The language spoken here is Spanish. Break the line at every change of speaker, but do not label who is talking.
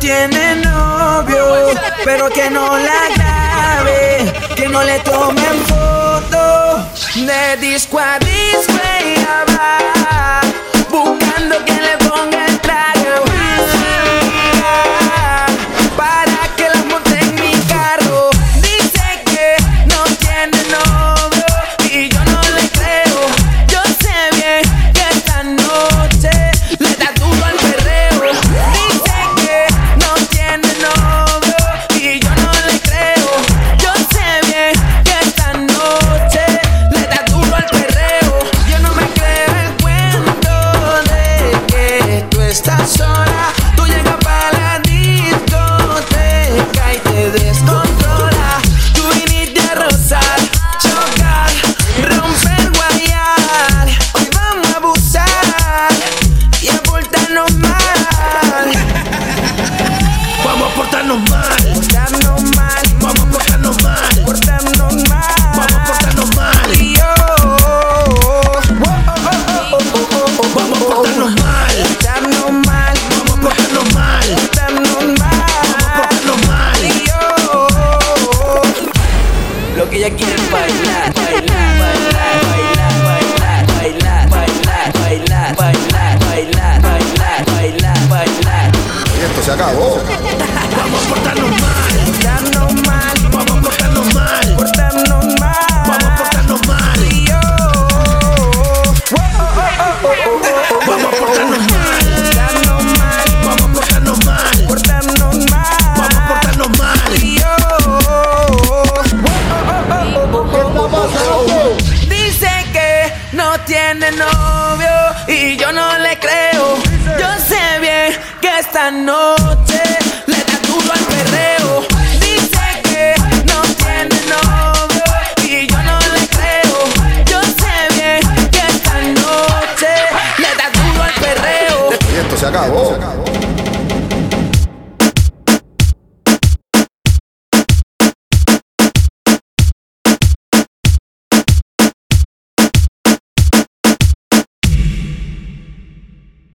tiene novio, pero que no la grabe, que no le tomen foto. De disco a disco ella va, buscando que le ponga el traje a una amiga, para que la monte en mi carro. Dice que no tiene novio y yo no le creo. Yo sé bien que esta noche le da duro al perreo. Dice que no tiene novio y yo no le creo. Yo sé bien que esta noche le da duro al perreo. Yo no me creo el cuento de que tú estás sola. Tú llegas para la discoteca y te descontrola. Tú viniste a rozar, chocar, romper, guayar. Hoy vamos a abusar y a portarnos mal.
Vamos a portarnos mal,
Portarnos mal,
vamos a portarnos mal,
portarnos mal.
vamos a portarnos mal,
Y yo,
vamos a portarnos mal,
portarnos mal,
vamos a portarnos
portarnos
mal, vamos a
mal.
portarnos mal.
Lo que ella quiere es bailar, bailar, bailar, bailar, bailar, bailar, bailar, bailar, bailar, bailar, bailar, bailar, bailar.
Y esto se acabó.
Vamos a portarnos mal,
Portarnos mal,
vamos a portarnos mal,
portarnos
vamos a
mal.
portarnos mal,
Y yo,
vamos a portarnos mal,
portarnos mal,
vamos a portarnos
portarnos
mal, vamos a
mal.
portarnos mal.
Y yo. Dice que no tiene novio y yo no le creo. Yo sé bien que esta noche le da duro al perreo. Dice que no tiene novio y yo no le creo. Yo sé bien que esta noche le da duro al perreo.
Y esto se acabó.